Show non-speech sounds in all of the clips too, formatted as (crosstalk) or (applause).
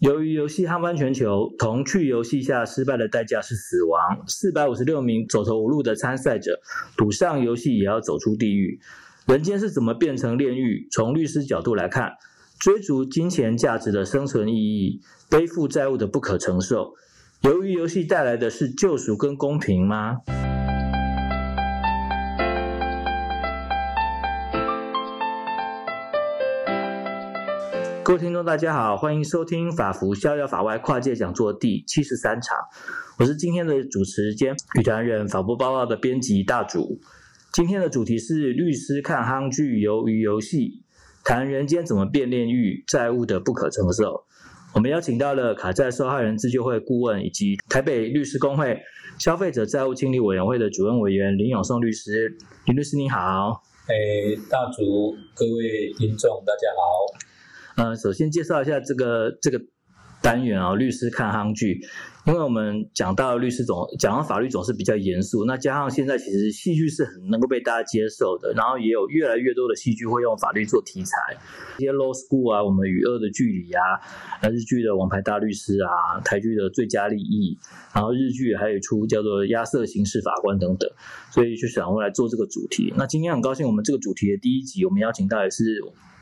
由于游戏夯翻全球，童趣游戏下失败的代价是死亡。四百五十六名走投无路的参赛者，赌上游戏也要走出地狱。人间是怎么变成炼狱？从律师角度来看，追逐金钱价值的生存意义，背负债务的不可承受。由于游戏带来的是救赎跟公平吗？各位听众，大家好，欢迎收听法服逍遥法外跨界讲座第七十三场，我是今天的主持兼语团人法播报告的编辑大主。今天的主题是律师看夯剧《鱿鱼游戏》，谈人间怎么变炼狱，债务的不可承受。我们邀请到了卡债受害人自救会顾问以及台北律师工会消费者债务清理委员会的主任委员林永胜律师。林律师你好，诶，哎大竹，各位听众，大家好。呃，首先介绍一下这个这个单元啊、律师看夯剧，因为我们讲到律师总讲到法律总是比较严肃，那加上现在其实戏剧是很能够被大家接受的，然后也有越来越多的戏剧会用法律做题材，一些 Law School 啊，我们与恶的距离啊，呃日剧的《王牌大律师》啊，台剧的《最佳利益》，然后日剧还有一出叫做《亚瑟刑事法官》等等，所以就想过来做这个主题。那今天很高兴，我们这个主题的第一集，我们邀请到的是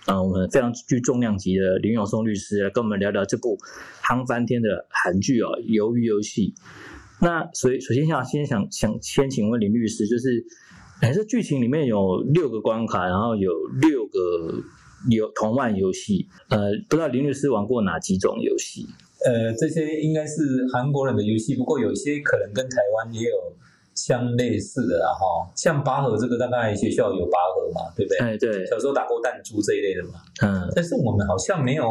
嗯，我们非常具重量级的林永松律师来跟我们聊聊这部夯翻天的韩剧哦，《鱿鱼游戏》。那所以，首先想先想想先请问林律师，就是，哎，这剧情里面有六个关卡，然后有六个游同玩游戏，呃，不知道林律师玩过哪几种游戏？呃，这些应该是韩国人的游戏，不过有些可能跟台湾也有相类似的啦哈。像拔河这个，大概学校有拔河嘛，对不对？哎，对，小时候打过弹珠这一类的嘛。嗯，但是我们好像没有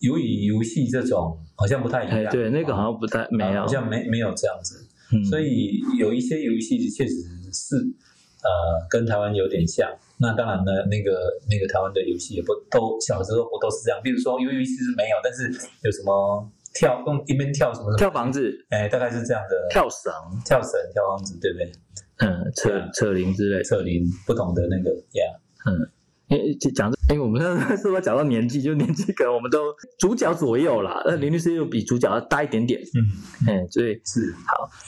游戏游戏这种，好像不太一哎，样。啊对，那个好像不太没有好，像没没有这样子。嗯所以有一些游戏确实是呃跟台湾有点像。那当然呢，那个那个台湾的游戏也不都小时候不都是这样，比如说有游戏是没有，但是有什么跳用一边跳什么什么，跳房子、哎，大概是这样的跳绳、跳绳、跳王子，对不对？嗯，扯扯铃之类的。扯铃不同的那个呀，因为哎讲这，因为我们 (laughs) 那是不是讲到年纪，就年纪可能我们都主角左右啦。那林律师又比主角要大一点点，嗯，嗯，所以是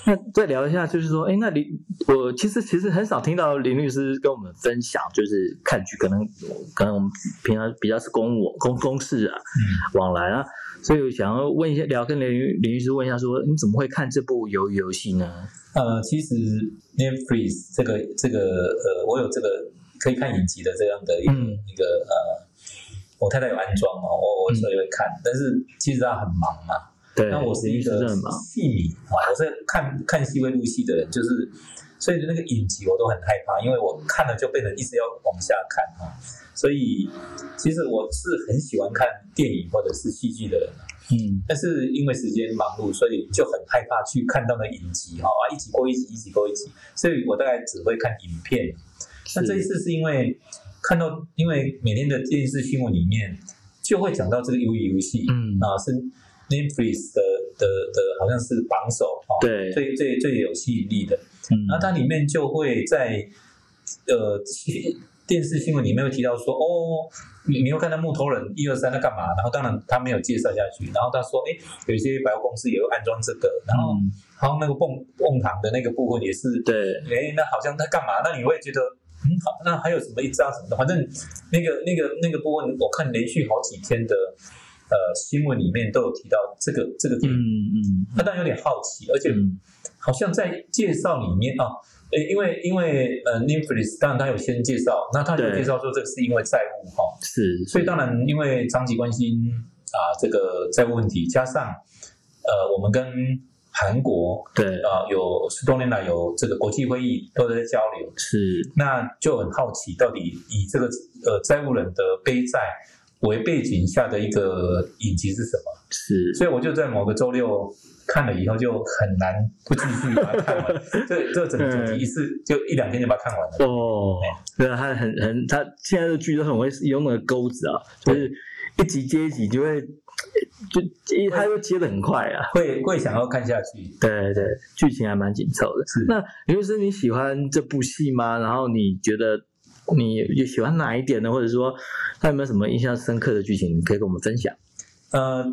那再聊一下，就是说，哎，那林，我其实其实很少听到林律师跟我们分享，就是看剧，可能可能我们平常比较是公务公公事啊嗯往来啊，所以我想要问一下，聊跟林林律师问一下说你怎么会看这部鱿鱼游戏呢？呃，其实 Netflix 这个这个呃，我有这个可以看影集的这样的一个、嗯一个呃，我太太有安装嘛，我我有时候也会看，但是其实她很忙嘛。对，那我是林一律师个真的很忙，戏迷啊，我是看看戏会入戏的人，就是所以那个影集我都很害怕，因为我看了就变成一直要往下看啊。所以其实我是很喜欢看电影或者是戏剧的人。啊嗯但是因为时间忙碌，所以就很害怕去看到那影集哈啊，一集过一集，一集过一集，所以我大概只会看影片。那是这一次是因为看到，因为每天的电视新闻里面就会讲到这个鱿鱼游戏，嗯啊是 Netflix 的的的，好像是榜首哦，对最最最有吸引力的。嗯然后它里面就会在呃电视新闻里面会提到说，哦，你你会看到木头人一二三在干嘛？然后当然他没有介绍下去，然后他说，哎，有一些百货公司也会安装这个，然后、嗯然后那个蹦蹦堂的那个部分也是，对哎，那好像在干嘛？那你会觉得。嗯，好，那还有什么一张什么的，反正那个那个那个部分，我看连续好几天的呃新闻里面都有提到这个这个嗯点，嗯那当然有点好奇，而且嗯好像在介绍里面啊，呃，因为因为呃 n e t f l i x 当然他有先介绍，那他有对介绍说这个是因为债务哈、是，所以当然因为长期关心啊、这个债务问题，加上呃我们跟韩国对啊、有十多年来有这个国际会议都在交流，是那就很好奇到底以这个呃债务人的背债为背景下的一个影集是什么？是所以我就在某个周六看了以后，就很难不继续把它看完。这这整个主题一次就一两天就把它看完了。哦，对啊，他很很，他现在的剧都很会用那个钩子啊，就是一集接一集就会，就一他就接的很快啊。会会想要看下去，对对，剧情还蛮紧凑的。是那刘律师，你喜欢这部戏吗？然后你觉得你有喜欢哪一点呢？或者说，他有没有什么印象深刻的剧情，你可以跟我们分享？呃，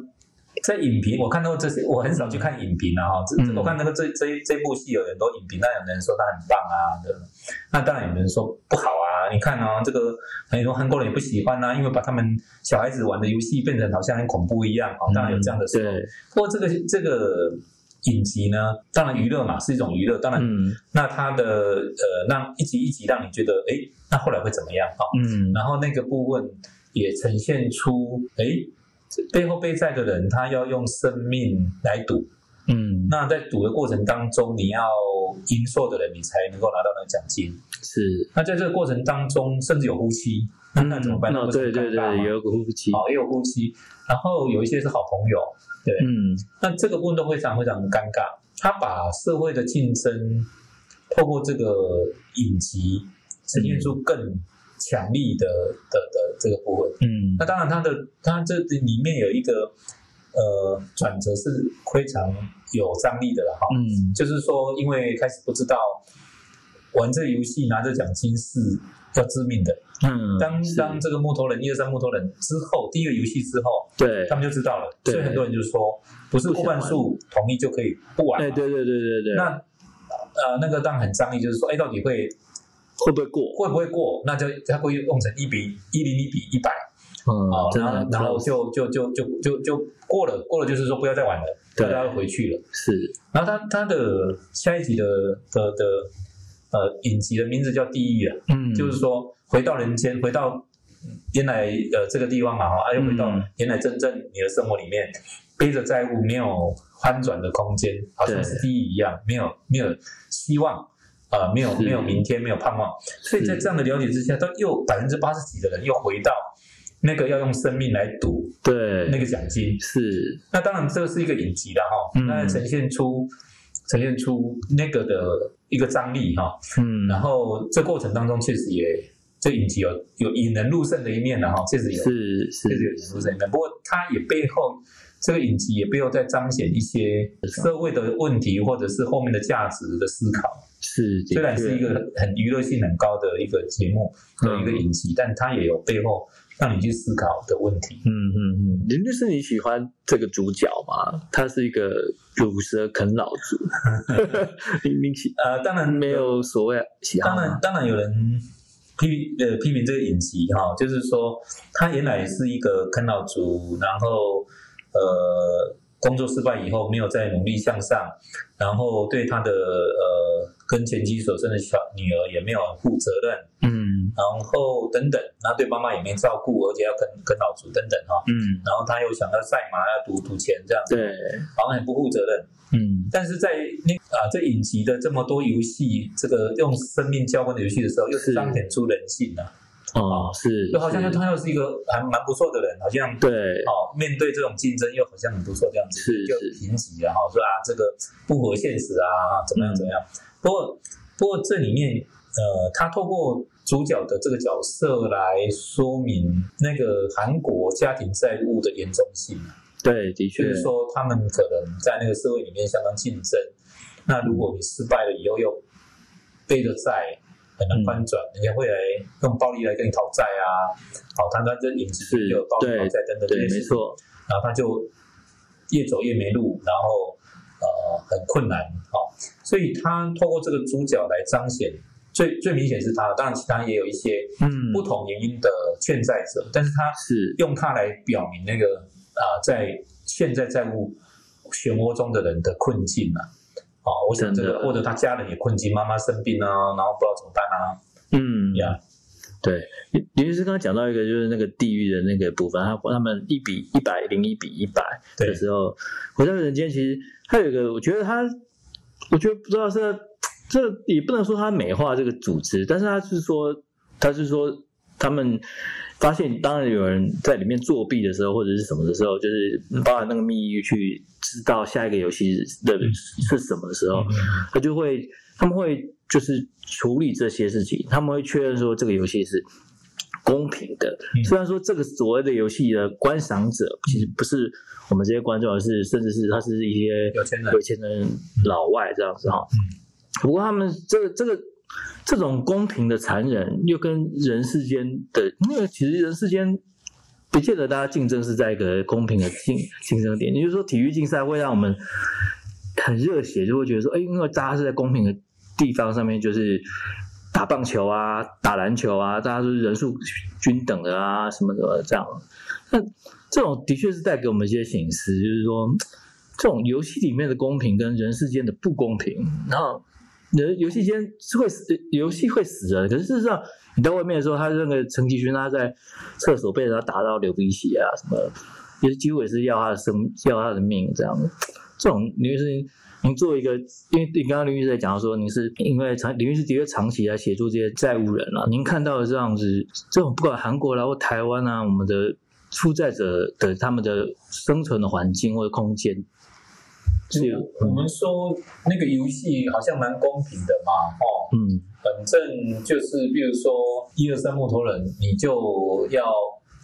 在影评，我看到这些，我很少去看影评啊。哈。这嗯这我看那个这这这部戏，有很多影评，那有人说它很棒啊的，那当然有人说不好啊。你看啊，这个很多韩国人也不喜欢啊，因为把他们小孩子玩的游戏变成好像很恐怖一样啊。当然有这样的说法。嗯对，不过这个这个影集呢，当然娱乐嘛是一种娱乐，当然、嗯那它的呃让一集一集让你觉得哎，诶那后来会怎么样啊？哦嗯然后那个部分也呈现出哎。诶这背后被债的人，他要用生命来赌。嗯，那在赌的过程当中，你要赢错的人，你才能够拿到那个奖金。是，那在这个过程当中，甚至有夫妻，那那怎么办？那那不嗯对是很对尴尬吗哦对，有个夫妻，好，也有夫妻，然后有一些是好朋友，嗯那这个部分都非常非常尴尬。他把社会的竞争透过这个影集呈现出更强力的的的这个部分。嗯那当然，它的它这里面有一个呃转折是非常有张力的了哈。嗯就是说，因为开始不知道玩这个游戏拿着奖金是要致命的。嗯，当是当这个木头人一二三木头人之后，第一个游戏之后，对他，们就知道了。对所以很多人就说，不是过半数同意就可以不玩哎嘛。对对对对对，那呃，那个当然很张力，就是说，哎，到底会会不会过？会不会过？那就他会用成一比一零一比一百嗯，，啊真然的很后然后 close，就就就就就就过了，过了就是说不要再玩了，对大家要回去了。是，然后他他的下一集的的的呃影集的名字叫《地狱》啊，嗯，就是说回到人间，回到原来呃这个地方啊，啊又回到嗯原来真正你的生活里面，背着债务没有翻转的空间，好像是地狱一样，没有没有希望。呃，没有是没有明天，没有盼望，所以在这样的了解之下，他又百分之八十几的人又回到那个要用生命来赌对那个奖金，是，那当然，这个是一个影集的哈，嗯那呈现出呈现出那个的一个张力哈。嗯，然后这过程当中，确实也这影集有有引人入胜的一面的哈，确实有，是是确实有引人入胜的一面。不过它也背后这个影集也背后在彰显一些社会的问题，或者是后面的价值的思考。是，的虽然是确一个很娱乐性很高的一个节目嗯和一个影集，但它也有背后让你去思考的问题。嗯嗯嗯，林律师，你喜欢这个主角吗？他是一个乳蛇啃老族， (laughs) 你你喜呃，当然没有所谓喜好当然吗？，当然有人批评呃批评这个影集哈、就是说他原来是一个啃老族，然后呃工作失败以后没有再努力向上，然后对他的呃跟前妻所生的小女儿也没有负责任，嗯然后等等，那对妈妈也没照顾，而且要啃啃老族等等哈、嗯，然后他又想要赛马，要赌赌钱这样，对，好像很不负责任。嗯但是在那啊，这影集的这么多游戏，这个用生命交换的游戏的时候，又是是彰显出人性啊，哦是，就好像是他又是一个还蛮不错的人，好像对哦，面对这种竞争又好像很不错这样子，是就是评级啊，哈，说啊这个不合现实啊，怎么样怎么样。不过不过这里面呃，他透过主角的这个角色来说明那个韩国家庭债务的严重性。对，的就确是说他们可能在那个社会里面相当竞争。那如果你失败了以后又背着债，很难翻转，人家会来用暴力来跟你讨债啊，好，他他这影子是就有暴力讨对债等等这对些没事情，错，然后他就越走越没路，然后呃很困难，好、所以他透过这个主角来彰显。最最明显是他，当然其他也有一些嗯不同原因的欠债者，但是他是用它来表明那个啊、在现在债务漩涡中的人的困境啊。啊、我想这真的个或者他家人也困境，妈妈生病啊，然后不知道怎么办啊，嗯呀、对，林林律师刚刚讲到一个，就是那个地狱的那个部分，他他们一比一百零一比一百对的时候，回到人间，其实还有一个，我觉得他，我觉得不知道是在这也不能说他美化这个组织，但是他是说他是说他们发现，当然有人在里面作弊的时候，或者是什么的时候，就是包含那个秘密去知道下一个游戏的是什么的时候，嗯他就会他们会就是处理这些事情，他们会确认说这个游戏是公平的。嗯虽然说这个所谓的游戏的观赏者其实不是我们这些观众，而是甚至是他是一些有钱人嗯有钱人老外这样子哈。不过他们这个这个这种公平的残忍，又跟人世间的那个其实人世间。不见得大家竞争是在一个公平的竞竞争点。也就是说，体育竞赛会让我们很热血，就会觉得说，哎，因为大家是在公平的地方上面，就是打棒球啊、打篮球啊，大家都是人数均等的啊，什么什么这样。那这种的确是带给我们一些醒思，就是说，这种游戏里面的公平跟人世间的不公平，然后。人游戏间是会死，游戏会死人。可是事实上，你到外面的时候，他那个陈吉勋他在厕所被人家打到流鼻血啊，什么，也几乎也是要他的生，要他的命这样。这种林律师，您做一个，因为你刚刚林律师也讲到说，您是因为长林律师的确长期来协助这些债务人啊，您看到的这样子，这种不管韩国啦或台湾啊，我们的负债者的他们的生存的环境或者空间，啊是有我们说那个游戏好像蛮公平的嘛，哦，嗯反正就是比如说一二三木头人，你就要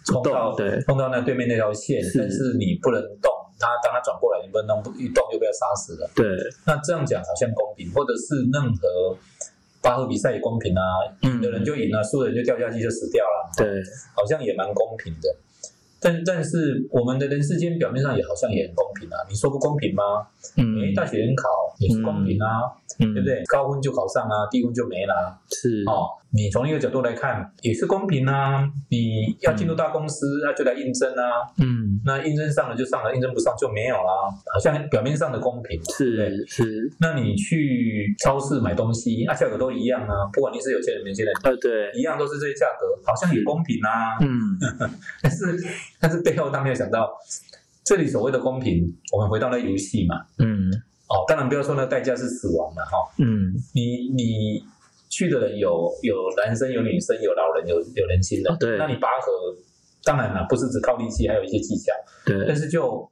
冲到动对碰到那对面那条线，是但是你不能动。他当他转过来，你不能动，一动就被他杀死了。对那这样讲好像公平，或者是任何拔河比赛也公平啊，嗯赢的人就赢了，啊输的人就掉下去就死掉了。对好像也蛮公平的。但但是我们的人世间表面上也好像也很公平啊，你说不公平吗？嗯诶，大学联考也是公平啊，嗯对不对？高分就考上啊，低分就没啦、是哦，你从一个角度来看也是公平啊，你要进入大公司，那、就来应征啊，嗯那应征上了就上了，应征不上就没有啦、好像表面上的公平。是是，那你去超市买东西，那、价格都一样啊，不管你是有钱人没钱人，呃对，一样都是这些价格，好像也公平 (laughs) 啊。嗯但是但是背后他没有想到，这里所谓的公平，我们回到那游戏嘛，嗯哦，当然不要说那代价是死亡了哈、嗯，你你去的人有有男生有女生有老人有有年轻人，哦对那你拔河当然了，不是只靠力气，还有一些技巧，但对，是就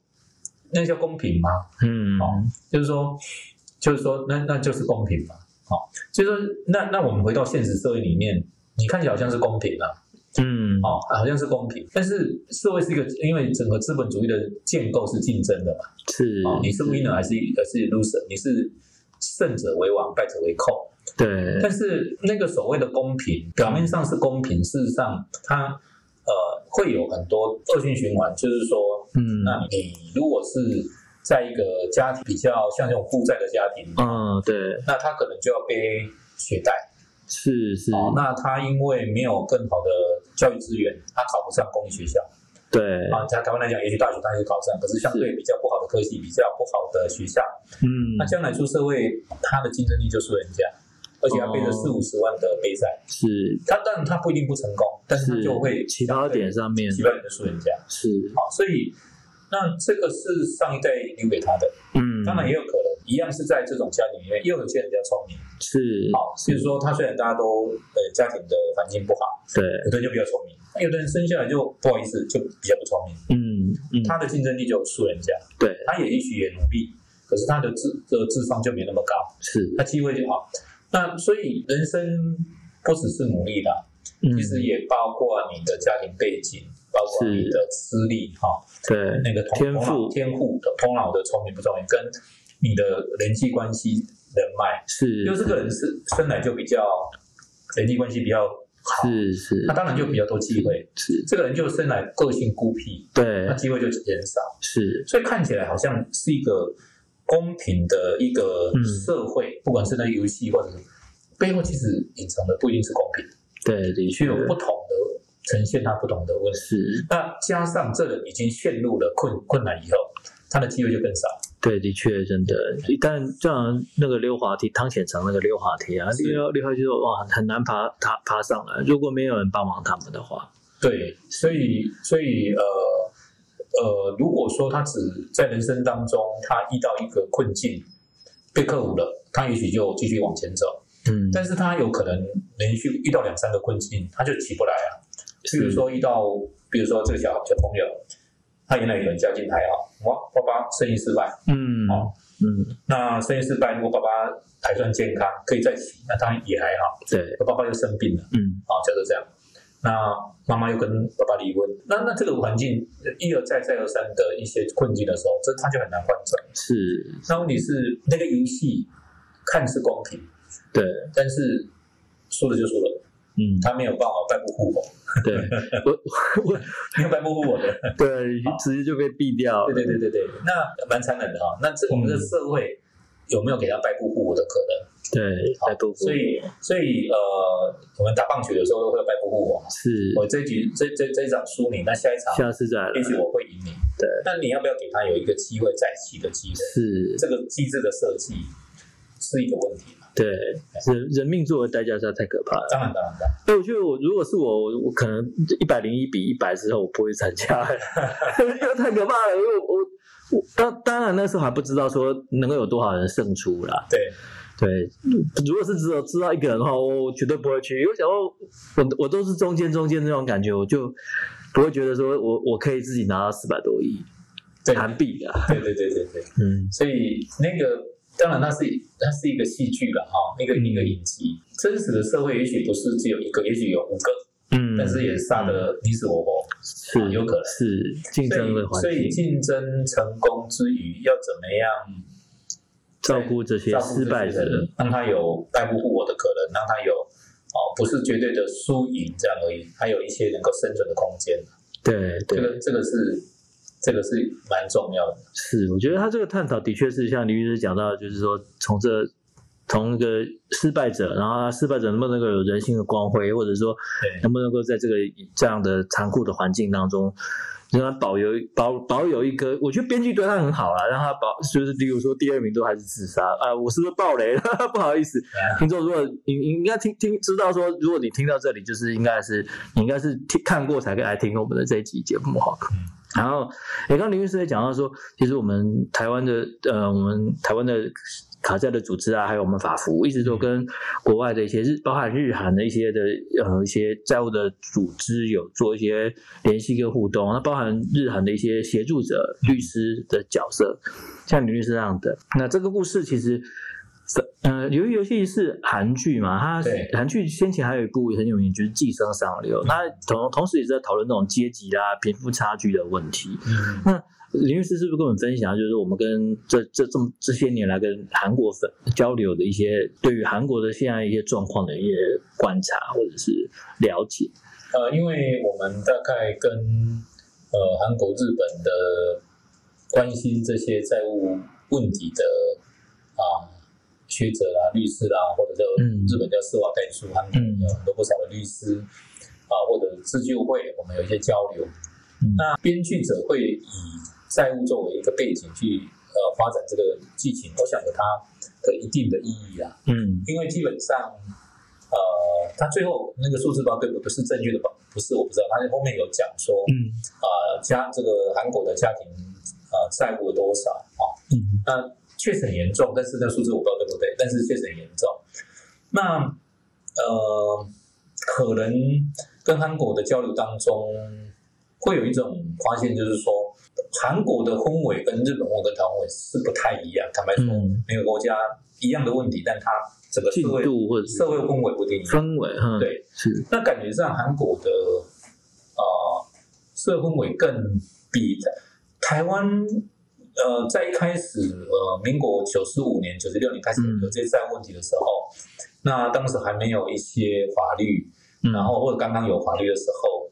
那叫公平吗？嗯哦就是说就是说那那就是公平嘛，哦，所以说那那我们回到现实社会里面，你看起来好像是公平啊，嗯哦，好像是公平，但是社会是一个，因为整个资本主义的建构是竞争的嘛，是哦，，你是 winner 还是还是 loser，你是胜者为王，败者为寇。对，但是那个所谓的公平，表面上是公平，事实上它呃会有很多恶性循环，就是说，嗯那你如果是在一个家庭比较像这种负债的家庭，嗯对，那他可能就要背学贷，是是，哦，那他因为没有更好的教育资源，他考不上公立学校。对，啊，在台湾来讲，也许大学它也考上，可是相对比较不好的科系、比较不好的学校，嗯那将来出社会，他的竞争力就输人家，而且他背着哦四五十万的背债，是他当然他不一定不成功，但是他是就会，起跑点上面几万人就输人家，是，好，所以那这个是上一代留给他的，嗯，当然也有可能一样是在这种家庭里面，又有些人比较聪明，是，好，所以说他虽然大家都呃家庭的环境不好，对，有的人就比较聪明，那有的人生下来就不好意思就比较不聪明，嗯嗯，他的竞争力就输人家。对他也也许也努力，可是他的智的智商就没那么高，是，他机会就好。那所以人生不只是努力啦，嗯其实也包括你的家庭背景，包括你的资历哈，对那个头天头脑赋天赋的头脑的聪明不聪明，跟你的人际关系人脉，是因为这个人是生来就比较人际关系比较好，是是那当然就比较多机会。是，这个人就生来个性孤僻，对啊那机会就减少。是，所以看起来好像是一个公平的一个嗯社会，不管是那游戏或者是背后，其实隐藏的不一定是公平，对，的具确有不同的呈现它不同的问题。是，那加上这人已经陷入了困困难以后，他的机会就更少。对，的确，真的。但这样那个溜滑梯，汤浅尝那个溜滑梯啊，是溜溜下去后，哇，很难爬爬爬上来。如果没有人帮忙他们的话，对，所以所以呃呃，如果说他只在人生当中他遇到一个困境，被克服了，他也许就继续往前走。嗯，但是他有可能连续遇到两三个困境，他就起不来啊。比如说遇到，比如说这个小小朋友，他原来有人家境还好，哇，爸爸生意失败，嗯哦嗯，那生意失败，如果爸爸还算健康，可以再起，那当然也还好。对，可爸爸又生病了，嗯啊、叫做这样。那妈妈又跟爸爸离婚，那那这个环境一而再再而三的一些困境的时候，这他就很难翻转。是，那问题是那个游戏看似公平，对但是输了就输了，嗯，他没有办法败不护 (laughs) 我，对，我我没有败不护我的。我对直接就被毙掉，对对对对对，那蛮残忍的哈、那这我们的社会有没有给他败不护我的可能？对，好在都所以所以呃，我们打棒球有时候会有败不护我。是我这一局这这这一场输你，那下一场下次再来也，许我会赢你。对，但你要不要给他有一个机会再起的机会？是，这个机制的设计是一个问题嘛？对，人人命作为代价实在太可怕了。当然当然当然，哎，我觉得我如果是我，我我可能一百零一比一百之后，我不会参 (laughs) 加了，因为太可怕了。因为我我我当当然那时候还不知道说能够有多少人胜出啦。对，对，如果是只有知道一个人的话，我我绝对不会去，因为想说我我都是中间中间那种感觉，我就不会觉得说我我可以自己拿到四百多亿对韩币啊。对对对对对，嗯，所以那个当然那是那是一个戏剧了哈，那个嗯一个影集，真实的社会也许不是只有一个，也许有五个，嗯，但是也杀得你死我活，是有可能是竞争的环所以所以境，竞争成功之余，要怎么样照顾这些照顾失这些败者，人，让他有败不护我的可能，让他有哦不是绝对的输赢这样而已，他有一些能够生存的空间。对这对。个这个是这个是蛮重要的。是，我觉得他这个探讨的确是像李律师讲到的，就是说从这从一个失败者，然后他失败者能不能够有人性的光辉，或者说对能不能够在这个这样的残酷的环境当中，让他保有保保有一颗，我觉得编剧对他很好啦，让他保就是例如说第二名都还是自杀啊，我是不是爆雷了？ (laughs) 不好意思，听众，如果你你应该听听知道说，如果你听到这里，就是应该是你应该是听看过才来听我们的这一集节目哈。然后，诶，刚刚林律师也讲到说，其实我们台湾的呃，我们台湾的卡债的组织啊，还有我们法服，一直都跟国外的一些日，包含日韩的一些的呃一些债务的组织有做一些联系跟互动，那包含日韩的一些协助者、律师的角色，像林律师这样的。那这个故事其实。呃，由于游戏是韩剧嘛，它对韩剧先前还有一部很有名，就是《寄生上流》，那同同时也是在讨论那种阶级啦、贫富差距的问题。嗯，林律师是不是跟我们分享，就是我们跟这这这么这些年来跟韩国粉交流的一些对于韩国的现在一些状况的一些观察或者是了解？呃，因为我们大概跟呃韩国、日本的关心这些债务问题的啊、学者啦、律师啦，或者叫嗯日本叫司法代书，他们嗯有很多不少的律师啊、或者自救会，我们有一些交流。嗯那编剧者会以债务作为一个背景去呃发展这个剧情，我想有它的一定的意义啊啦。嗯因为基本上，呃，他最后那个数字报对不不是正确的报，不是我不知道，他后面有讲说，嗯呃，家这个韩国的家庭呃债务有多少啊、哦？嗯那确实很严重，但是那数字我不知道对不对，但是确实很严重。那呃，可能跟韩国的交流当中，会有一种发现，就是说韩国的氛围跟日本氛围跟台湾氛围是不太一样。坦白说，嗯，每个国家一样的问题，但它整个进社会度或者是社会氛围不定一样。氛围，哈，，对，是，那感觉上韩国的呃社会氛围更比台湾呃在一开始呃民国九十五年九十六年开始嗯有这些债务问题的时候，那当时还没有一些法律，嗯然后或者刚刚有法律的时候。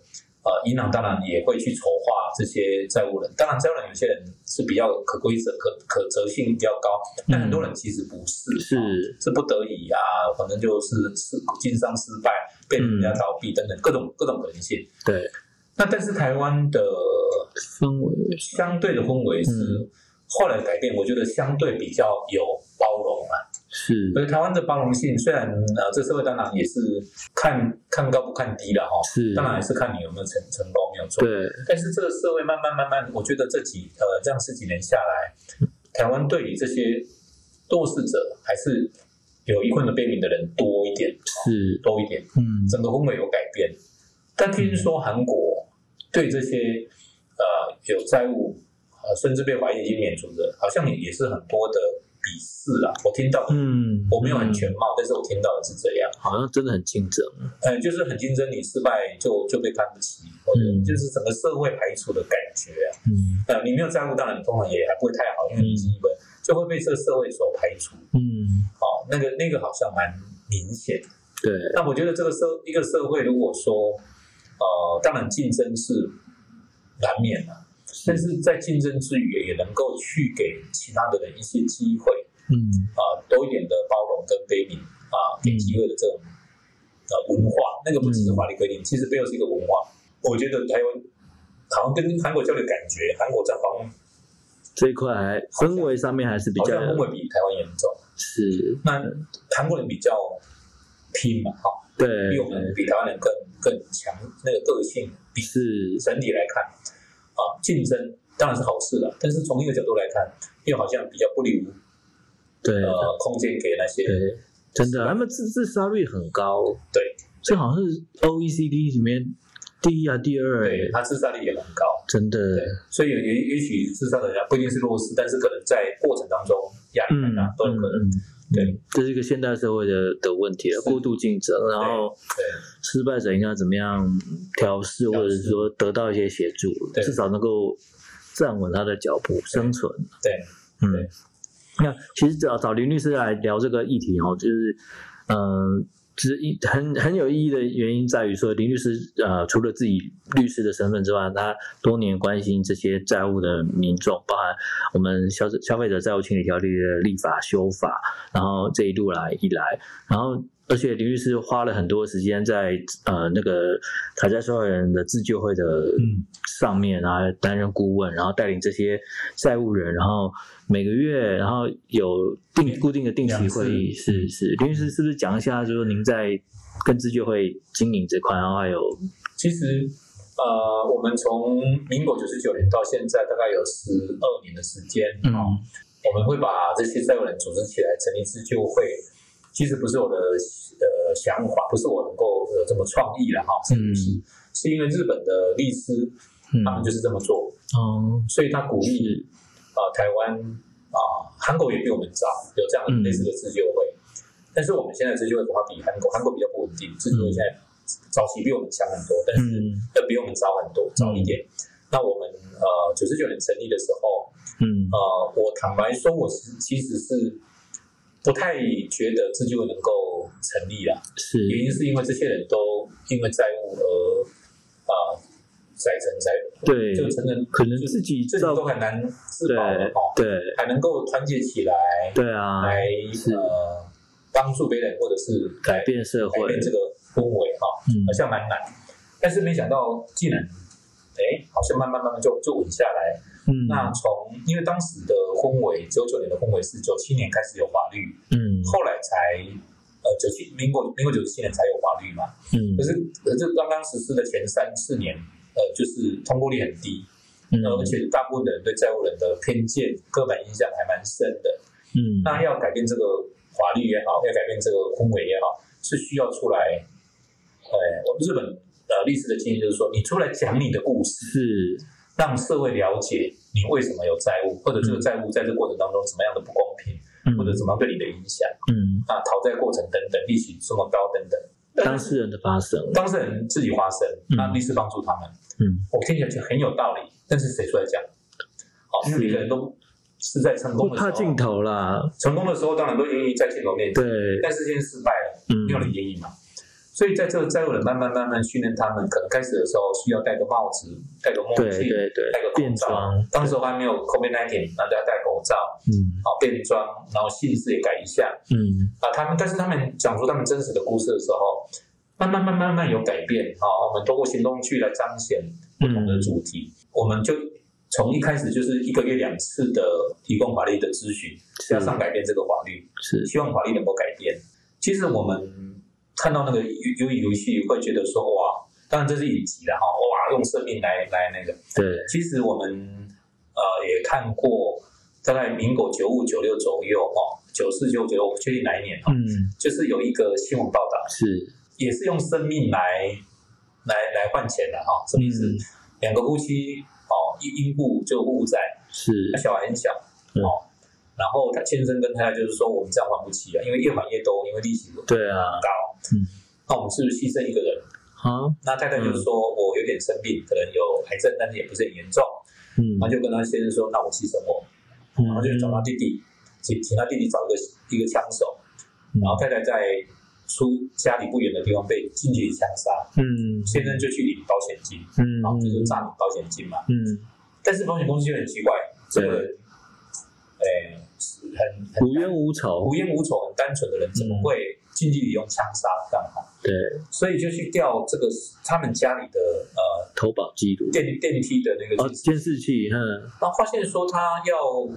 呃，银行当然也会去筹划这些债务人，当然债务人有些人是比较可规则、可可责性比较高，但很多人其实不是，是，是不得已啊，反正就是是经商失败，被人家倒闭等嗯等各种各种可能性。对，那但是台湾的氛围，相对的氛围嗯是后来改变，我觉得相对比较有包容啊。是所以台湾的包容性虽然呃，这社会当然也是看看高不看低了哈、是，当然还是看你有没有成成功，没有错。对，但是这个社会慢慢慢慢，我觉得这几呃这样十几年下来，台湾对于这些弱势者还是有一困的悲悯的人多一点，是，多一点，嗯，整个氛围有改变。但听说韩国对这些呃有债务呃甚至被怀疑已经免除的，好像也也是很多的鄙视啊。我听到的嗯，我没有很全貌，但是我听到的是这样。好像真的很竞争，呃，就是很竞争，你失败就就被看不起，或者嗯就是整个社会排除的感觉啊。嗯呃，你没有债务，当然通常也还不会太好，因为你是一本就会被这个社会所排除。嗯，哦，那个那个好像蛮明显的。对，那我觉得这个社一个社会，如果说呃，当然竞争是难免的、但是在竞争之余，也能够去给其他的人一些机会嗯啊、多一点的包容跟悲悯啊、给机会的这种呃文化，那个嗯不只是法律规定，其实背后是一个文化。我觉得台湾好像跟韩国交流，感觉韩国在方面这一块还氛围上面还是比好较像氛围比台湾严重。是，那韩国人比较拼嘛，哈、对，比我们比台湾人更更强，那个个性比是整体来看，啊，竞争当然是好事了，但是从另一个角度来看，又好像比较不留对呃空间给那些对，真的，他们自自杀率很高，对，这好像是 OECD 里面第一啊第二，对他自杀率也蛮高，真的，对，所以也也也许自杀的人不一定是弱势，但是可能在过程当中压力很嗯大，都有可能。嗯，对这是一个现代社会的的问题了，是过度竞争，然后对失败者应该怎么样调试，调试或者是说得到一些协助，对至少能够站稳他的脚步，生存。对，嗯对，那其实找找林律师来聊这个议题哦，就是嗯。呃是一很很有意义的原因在于说，林律师呃，除了自己律师的身份之外，他多年关心这些债务的民众，包含我们消消费者债务清理条例的立法修法，然后这一路来一来，然后而且林律师花了很多时间在呃那个卡债受害人的自救会的嗯上面啊，担任顾问，然后带领这些债务人，然后每个月，然后有定固定的定期会议，两次是是，林律师是不是讲一下，就是您在跟自救会经营这块，然后还有其实。呃，我们从民国九十九年到现在，大概有十二年的时间，嗯哦我们会把这些债务人组织起来成立自救会。其实不是我的呃想法，不是我能够呃这么创意了哈，是不是？嗯是因为日本的律师嗯他们就是这么做，哦所以他鼓励是啊、呃台湾啊、韩国也比我们早有这样的嗯类似的自救会，但是我们现在自救会恐怕比韩国韩国比较不稳定，自救会现在早期比我们强很多，但是嗯呃比我们早很多，早一点。那我们呃九十九年成立的时候，嗯呃，我坦白说，我是其实是不太觉得自救会能够成立啦。是原因是因为这些人都因为债务而啊载沉载浮，对，就成人可能自己自己照都很难自对保了哦，对还能够团结起来对啊，来是呃帮助别人，或者是改变社改会，变这个氛围哈，嗯好像蛮难。但是没想到，竟然哎，好像慢慢慢慢就就稳下来，嗯那从因为当时的婚委，九九年的婚委是九七年开始有法律，嗯后来才呃九七民国民国九十七年才有法律嘛。嗯可是呃这刚刚实施的前三四年，呃就是通过率很低，嗯而且大部分的人对债务人的偏见、刻板印象还蛮深的。嗯那要改变这个法律也好，要改变这个婚委也好，是需要出来，呃，我们日本呃律师的经验就是说，你出来讲你的故事，是让社会了解你为什么有债务，或者这个债务在这过程当中怎么样的不公平，嗯或者怎么样对你的影响，嗯啊，讨债过程等等，利息这么高等等。当事人的发生，当事人自己发声，嗯那律师帮助他们，嗯我听起来就很有道理，但是谁出来讲？好，因为每个人都是在成功不的时怕候，镜头啦，成功的时候当然都愿意在镜头面前，对，但是现在失败了。嗯没有人愿意嘛。所以在这个债务人慢慢慢慢训练他们，可能开始的时候需要戴个帽子、戴个墨镜、对对对戴个口变罩装。当时我还没有 COVID 1 9然后大家戴口罩，嗯好变装，然后姓氏也改一下嗯啊。他们但是他们讲出他们真实的故事的时候，慢慢慢慢慢慢有改变啊。我们通过行动去来彰显不同嗯的主题，我们就从一开始就是一个月两次的提供法律的咨询，加上改变这个法律，是希望法律能够改变。其实我们看到那个游游游戏，会觉得说哇，当然这是影集了哈，哇，用生命来来那个。对，其实我们呃也看过，大概民国九五九六左右哦，九四九九六，我不确定哪一年哦，嗯就是有一个新闻报道，是，也是用生命来来来换钱的哈，什么意思？嗯两个夫妻哦，一因故就互债，是他小孩很小，嗯哦，然后他先生跟太太就是说，我们这样还不起啊，因为越还越多，因为利息很高，对啊，嗯那我们是不是牺牲一个人？好，那太太就是说、我有点生病，可能有癌症，但是也不是很严重，嗯他就跟他先生说，那我牺牲我，然后就找他弟弟，请请他弟弟找一个一个枪手，嗯然后太太在出家里不远的地方被近亲相杀，嗯先生就去领保险金，嗯然后这就诈领保险金嘛。嗯，但是保险公司就很奇怪，这个人，哎，是很很无冤无仇，无冤无仇、很单纯的人，怎嗯么会近距离用枪杀干嘛？对，所以就去调这个他们家里的呃投保记录，电电梯的那个哦，监视器，嗯然后发现说他要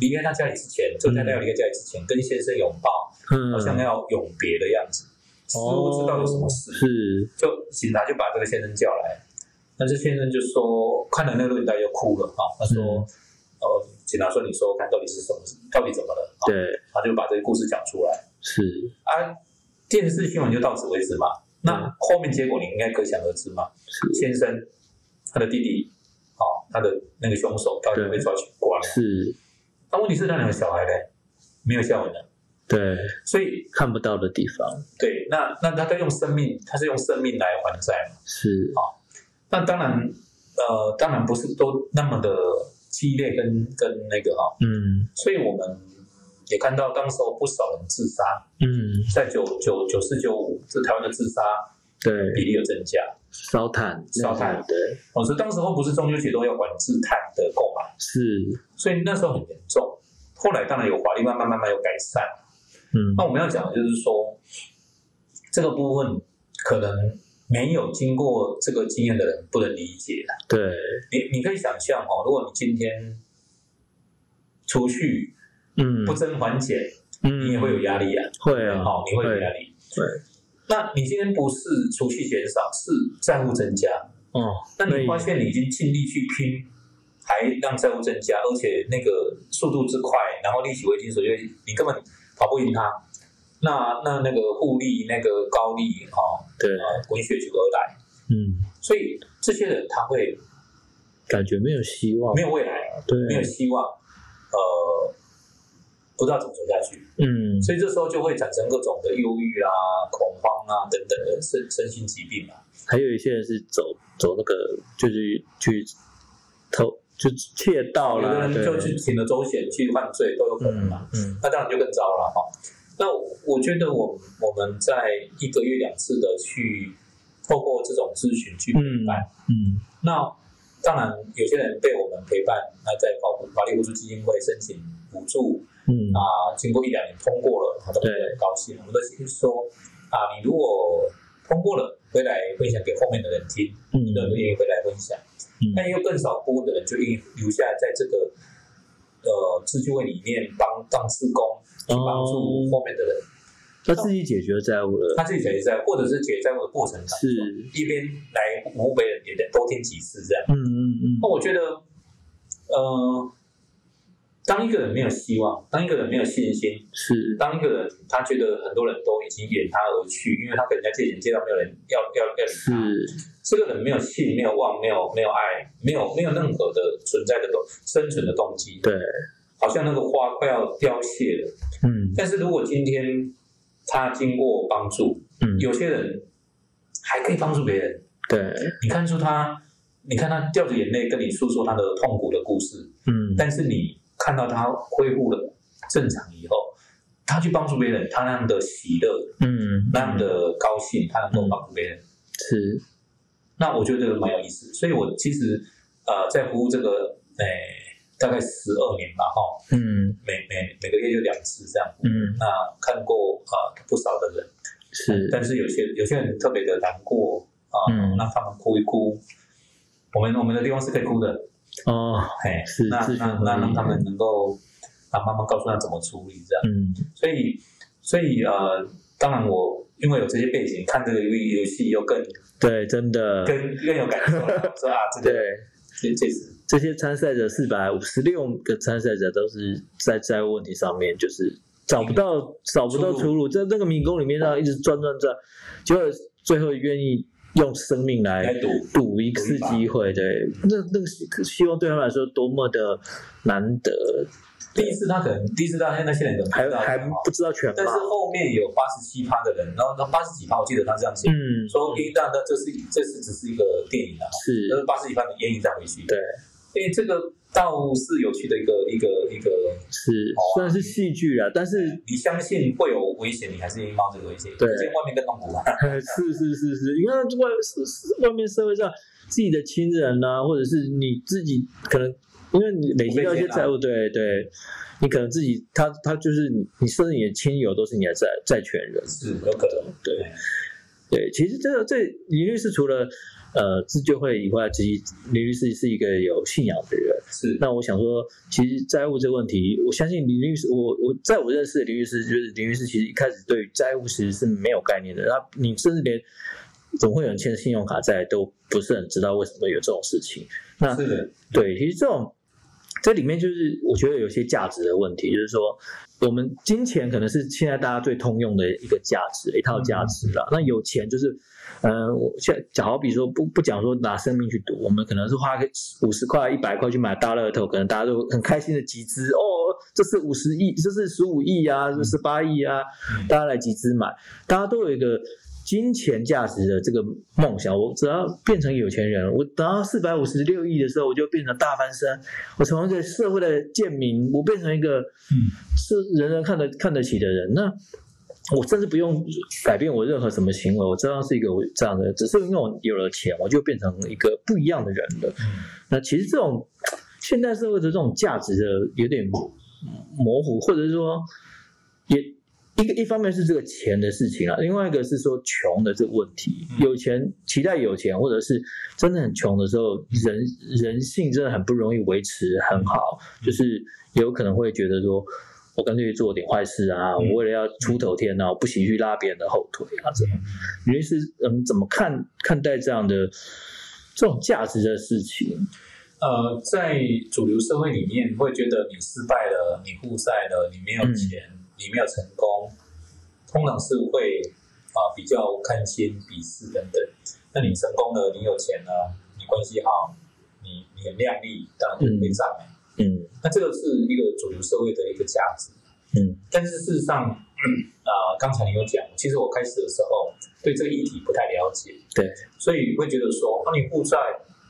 离开他家里之前，就在他要离开家里之前，跟先生拥抱，嗯，好像要永别的样子，似乎知道有什么事，哦是，就警察就把这个先生叫来。但是先生就说看了那个录影带就哭了啊，他说，嗯呃，警察说你说看到底是什么，到底怎么了？啊，对，他就把这个故事讲出来是啊。电视新闻就到此为止嘛，那后面结果你应该可想而知嘛。是先生，他的弟弟，啊，他的那个凶手到底被抓去关了？是，那问题是那两个小孩嘞，没有下文了。对，所以看不到的地方，对，那那那他用生命，他是用生命来还债嘛？是，哦那当然，呃，当然不是都那么的激烈跟跟那个哈、嗯所以我们也看到当时候不少人自杀，嗯，在九九九四九五，这台湾的自杀比对，例有增加。烧炭，烧炭对，哦，所以当时候不是中秋节都要管制碳的购买，是，所以那时候很严重。后来当然有法律慢慢慢慢有改善，嗯那我们要讲的就是说，这个部分可能没有经过这个经验的人不能理解啊。对，你你可以想象哦，如果你今天储蓄嗯不增还减，嗯，你也会有压力啊。会啊，哦，你会有压力。对，那你今天不是储蓄减少，是债务增加。哦，那你发现你已经尽力去拼，还让债务增加，而且那个速度之快，然后利息未经所愿，你根本跑不赢它。那那那个互利、那个高利哦，对，呃，滚雪球而来，嗯，所以这些人他会感觉没有希望，没有未来，对，没有希望，呃，不知道怎么走下去，嗯，所以这时候就会产生各种的忧郁啊、恐慌啊等等的身身心疾病啊。还有一些人是走走那个，就是去偷，就窃盗有的啦，人对，就去铤了周险去犯罪都有可嗯能嘛。嗯那当然就更糟了哈、那我觉得我我们在一个月两次的去透过这种咨询去陪伴，嗯那当然有些人被我们陪伴，那在法法律援助基金会申请补助嗯啊、经过一两年通过了，他们都对很高兴。我们都是说啊，你如果通过了，回来分享给后面的人听，嗯有人愿意回来分享。嗯但又更少部分的人就愿意留下在这个呃自救会里面帮当志工，去帮哦助后面的人，他自己解决债务了，他自己解决债务，或者是解决债务的过程当中，是，一边来服务别人，也得多听几次这样。嗯嗯那我觉得，呃，当一个人没有希望，当一个人没有信心嗯，，是，当一个人他觉得很多人都已经远他而去，因为他跟人家借钱借到没有人要要要理是他，这个人没有信、没有望、没有没有爱、没有没有任何的存在的动生存的动机，对，好像那个花快要凋谢了。嗯但是如果今天他经过帮助，嗯，有些人还可以帮助别人，对，你看出他，你看他掉着眼泪跟你诉说他的痛苦的故事，嗯但是你看到他恢复了正常以后，他去帮助别人，他那样的喜乐，嗯，那样的高兴，他能够帮助别人。是，那我觉得蛮有意思。所以我其实呃在服务这个诶、大概十二年吧哈，嗯每每每个月就两次这样。嗯那看过啊、呃不少的人，是，嗯但是有些有些人特别的难过啊、嗯那他们哭一哭。我们我们的地方是可以哭的，哦，哎是，那自那寻那而让已他们能够啊，慢慢告诉他怎么处理这样。嗯所以所以呃，当然我因为有这些背景，看这个游戏又更对，真的，更更有感受了， (laughs) 说啊，这个对。这这是这些参赛者四百五十六个参赛者都是在债务问题上面，就是找不到找不到嗯出路出路，在那个迷宫里面，让一直转转转，结果最后愿意用生命来来赌。赌一次机会，对，那那个希希望对他们来说多么的难得，第一次他可能第一次他那些人可能不还知道还这样哦不知道全但貌是，后面有八十七趴的人，然后那八十几趴，我记得他这样写，嗯，说一旦那这是这是只是一个电影啊，就是是八十几趴你愿意再回去，对，因为这个倒是有趣的一个一个一个是虽然是戏剧啊，但是你相信会有危险，你还是愿意冒这个危险？对毕竟外面更痛苦啊。 (laughs) 是是是是，你看外是是外面社会上自己的亲人呐、或者是你自己可能因为你累积到一些债务，对对，你可能自己他他就是你，你甚至你的亲友都是你的债债权人，是有可能，对对，其实这个这林律师除了呃自救会以外，其实林律师是一个有信仰的人。是那我想说，其实债务这个问题，我相信林律师，我我在我认识的林律师，就是林律师其实一开始对于债务其实是没有概念的，那你甚至连总会有人欠信用卡债都不是很知道为什么有这种事情。那是的，对，其实这种这里面就是我觉得有些价值的问题，就是说我们金钱可能是现在大家最通用的一个价值，一套价值啦。那有钱就是，呃，我像假好比说不不讲说拿生命去赌，我们可能是花个五十块、一百块去买大乐透，可能大家都很开心的集资哦，这是五十亿，这是十五亿啊，这是八亿啊，嗯大家来集资买，大家都有一个金钱价值的这个梦想。我只要变成有钱人，我等到四百五十六亿的时候，我就变成大翻身，我成为一个社会的贱民，我变成一个嗯是人人看得看得起的人。那我甚至不用改变我任何什么行为，我这样是一个我这样的人，只是因为我有了钱，我就变成一个不一样的人了。那其实这种现代社会的这种价值的有点模糊，或者是说也一个一方面是这个钱的事情啊，另外一个是说穷的这个问题。嗯有钱期待有钱，或者是真的很穷的时嗯候，人人性真的很不容易维持很好，嗯就是有可能会觉得说。我干脆做点坏事啊！嗯我为了要出头天啊，我不惜去拉别人的后腿啊，这种。嗯于是，嗯，怎么看看待这样的这种价值的事情？呃，在主流社会里面，会觉得你失败了，你负债了，你没有钱，嗯你没有成功，通常是会啊、比较看轻、鄙视等等。那你成功了，你有钱了，你关系好，你你很靓丽，当然就被赞美。嗯那这个是一个主流社会的一个价值。嗯但是事实上，啊、刚才你有讲，其实我开始的时候对这个议题不太了解，对，所以会觉得说，啊，你负债，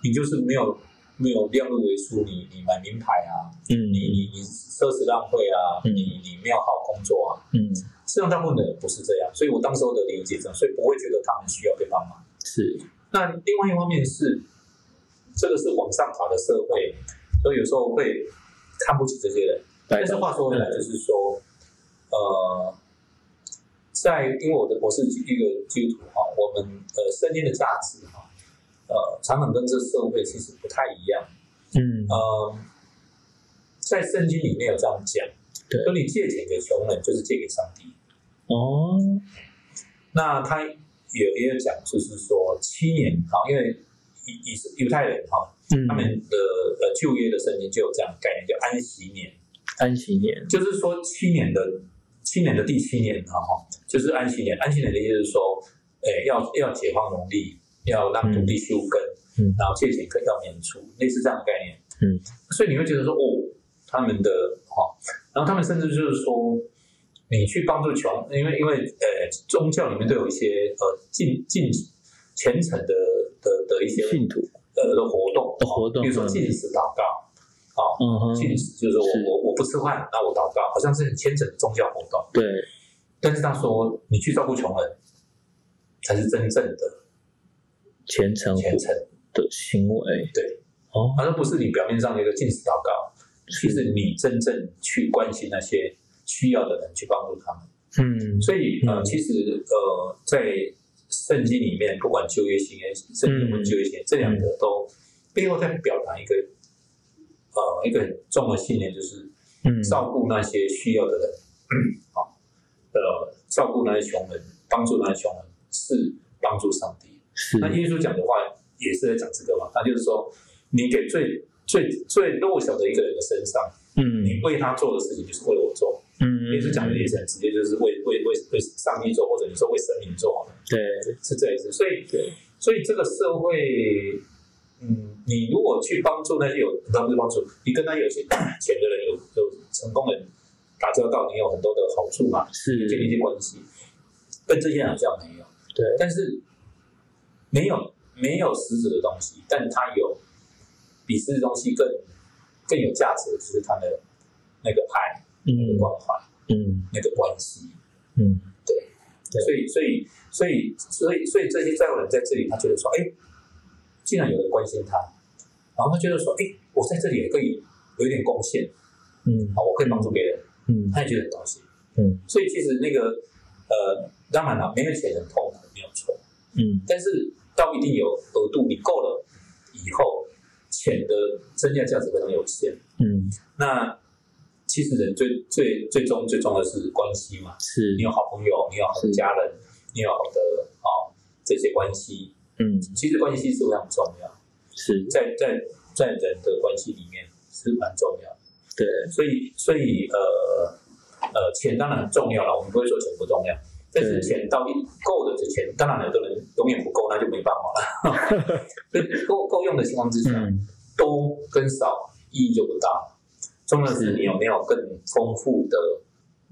你就是没有没有量入为出，你你买名牌啊，嗯你你你奢侈浪费啊，嗯你你没有好好工作啊，嗯事实上大部分的人不是这样，所以我当时候的理解这样，所以不会觉得他们需要被帮忙。是那另外一方面是，这个是往上爬的社会，所以有时候会看不起这些人。白但是话说回来，就是说，呃，在因为我的我是一个基督徒哈，我们呃圣经的价值哈，呃，常常跟这社会其实不太一样。嗯呃，在圣经里面有这样讲，对说你借钱给穷人，就是借给上帝。哦那他也也有讲，就是说七年哈，因为以以犹太人哈，嗯他们的呃旧约的圣经就有这样的概念，叫安息年。安息年就是说七年的七年的第七年啊，哈，就是安息年。安息年的意思是说，诶、要要解放农地，要让土地休耕，嗯然后借钱可以要免除，类似这样的概念。嗯，所以你会觉得说，哦，他们的哈，然后他们甚至就是说。你去帮助穷，因为因为呃，宗教里面都有一些呃敬敬虔诚的的的一些信徒呃的活动的，活动比如说禁食祷告，啊、嗯哼禁食就是我是我我不吃饭，那我祷告，好像是很虔诚的宗教活动。对但是他说，你去照顾穷人，才是真正的虔诚虔诚。的行为对哦好像不是你表面上的一个禁食祷告，其实你真正去关心那些需要的人，去帮助他们。嗯所以呃，嗯其实呃，在圣经里面，不管旧约、新约，圣经嗯或旧约、新约，这两个都背后在表达一个呃一个很重的信念，就是嗯照顾那些需要的人， (clears throat) 啊，呃，照顾那些穷人，帮助那些穷人是帮助上帝。是那耶稣讲的话也是在讲这个嘛，那就是说，你给最最最弱小的一个人的身上，嗯你为他做的事情就是为我做。嗯耶稣讲的也是很直接，就是为为为为上帝做，或者你说为神明做，对是这意思。所以对所以这个社会，嗯，你如果去帮助那些有，那不是帮助，你跟他有些钱的人有有成功人打交道，你有很多的好处嘛，是建立一些关系，跟这些人好像没有，对但是没有没有实质的东西，但他有比实质东西更更有价值，的就是他的那个爱、那个嗯关怀、嗯那个关系。嗯对所以，所以，所以，所以，所以这些在乎人在这里，他觉得说，哎，既然有人关心他，然后他觉得说，哎，我在这里也可以有一点贡献，嗯啊，我可以帮助别人，嗯他也觉得很高兴。嗯所以其实那个，呃，当然了，没有钱很痛苦，没有错，嗯但是到一定有额度，你够了以后，钱的增加价值非常有限。嗯，那其实人最最最终最重要的是关系嘛，是你，有好朋友，你有好的是家人，你有好的啊、这些关系，嗯其实关系是非常重要，是，在在在人的关系里面是蛮重要的。对，所以所以呃呃，钱当然很重要了，我们不会说钱不重要。但是对钱到底够的这钱，当然有的人永远不够，那就没办 (laughs) 法了。所以够够用的情况之下，嗯多跟少意义就不大了。重要的是是你有没有更丰富的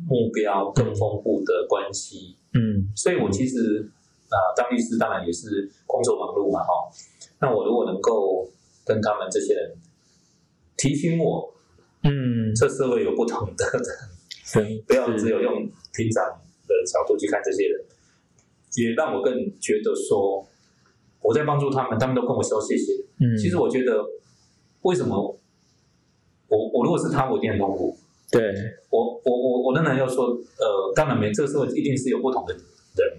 目标，更丰富的关系。嗯所以我其实啊、呃当律师当然也是工作忙碌嘛，哈、那我如果能够跟他们这些人提醒我，嗯，这社会有不同的， (laughs) 是不要只有用平常的角度去看这些人，也让我更觉得说我在帮助他们，他们都跟我说谢谢。嗯，其实我觉得，为什么我我如果是他，我一定很痛苦。对，我我我我仍然要说，呃，当然没，这个社会一定是有不同的人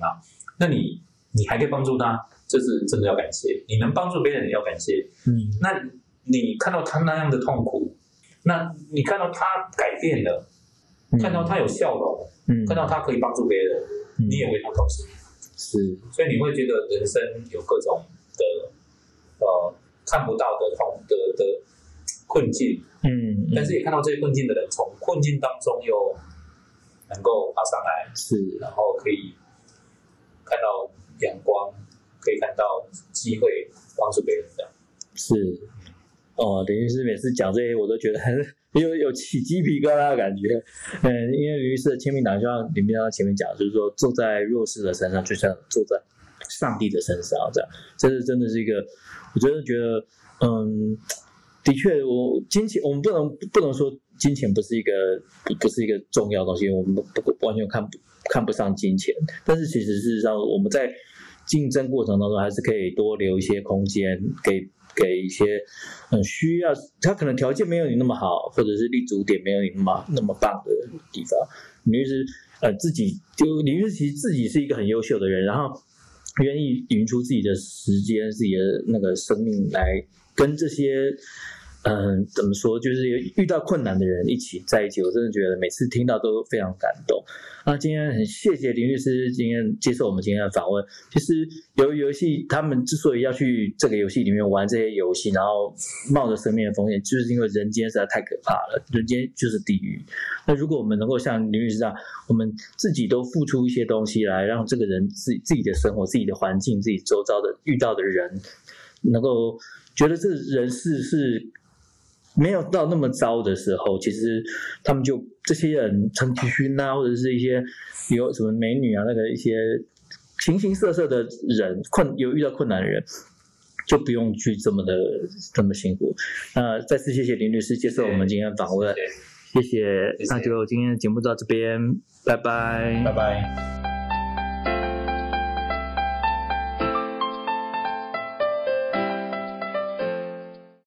啊。那你你还可以帮助他，这是真的要感谢。你能帮助别人，也要感谢。嗯那你看到他那样的痛苦，那你看到他改变了，嗯看到他有笑容，嗯看到他可以帮助别人，嗯你也为他高兴。是，所以你会觉得人生有各种的呃看不到的痛的的困境，嗯，但是也看到这些困境的人从困境当中又能够爬上来，嗯是，然后可以看到阳光，可以看到机会，帮助别人这样。是，哦，等于是每次讲这些，我都觉得还 (laughs) 是有有起鸡皮疙瘩的感觉。嗯，因为于是的签名档就像林斌刚刚前面讲，就是说坐在弱势的身上，就像坐在上帝的身上这样。这是真的是一个，我真的觉得，嗯，的确，我金钱，我们不能不能说金钱不是一个不不是一个重要的东西，我们不不完全看不看不上金钱，但是其实事实上我们在竞争过程当中，还是可以多留一些空间给。给一些嗯需要，他可能条件没有你那么好，或者是立足点没有你那么那么棒的地方。李律师呃自己就李律师其实自己是一个很优秀的人，然后愿意匀出自己的时间、自己的那个生命来跟这些。嗯，怎么说？就是遇到困难的人一起在一起，我真的觉得每次听到都非常感动。那今天很谢谢林律师今天接受我们今天的访问。其实由于游戏，他们之所以要去这个游戏里面玩这些游戏，然后冒着生命的风险，就是因为人间实在太可怕了，人间就是地狱。那如果我们能够像林律师这样，我们自己都付出一些东西来，让这个人自己自己的生活、自己的环境、自己周遭的遇到的人，能够觉得这人事是没有到那么糟的时候，其实他们就这些人陈其勋啊，或者是一些有什么美女啊，那个一些形形色色的人困有遇到困难的人。就不用去这么的这么辛苦。那再次谢谢林律师接受我们今天的访问。谢对，谢，那就今天的节目到这边，拜拜拜拜。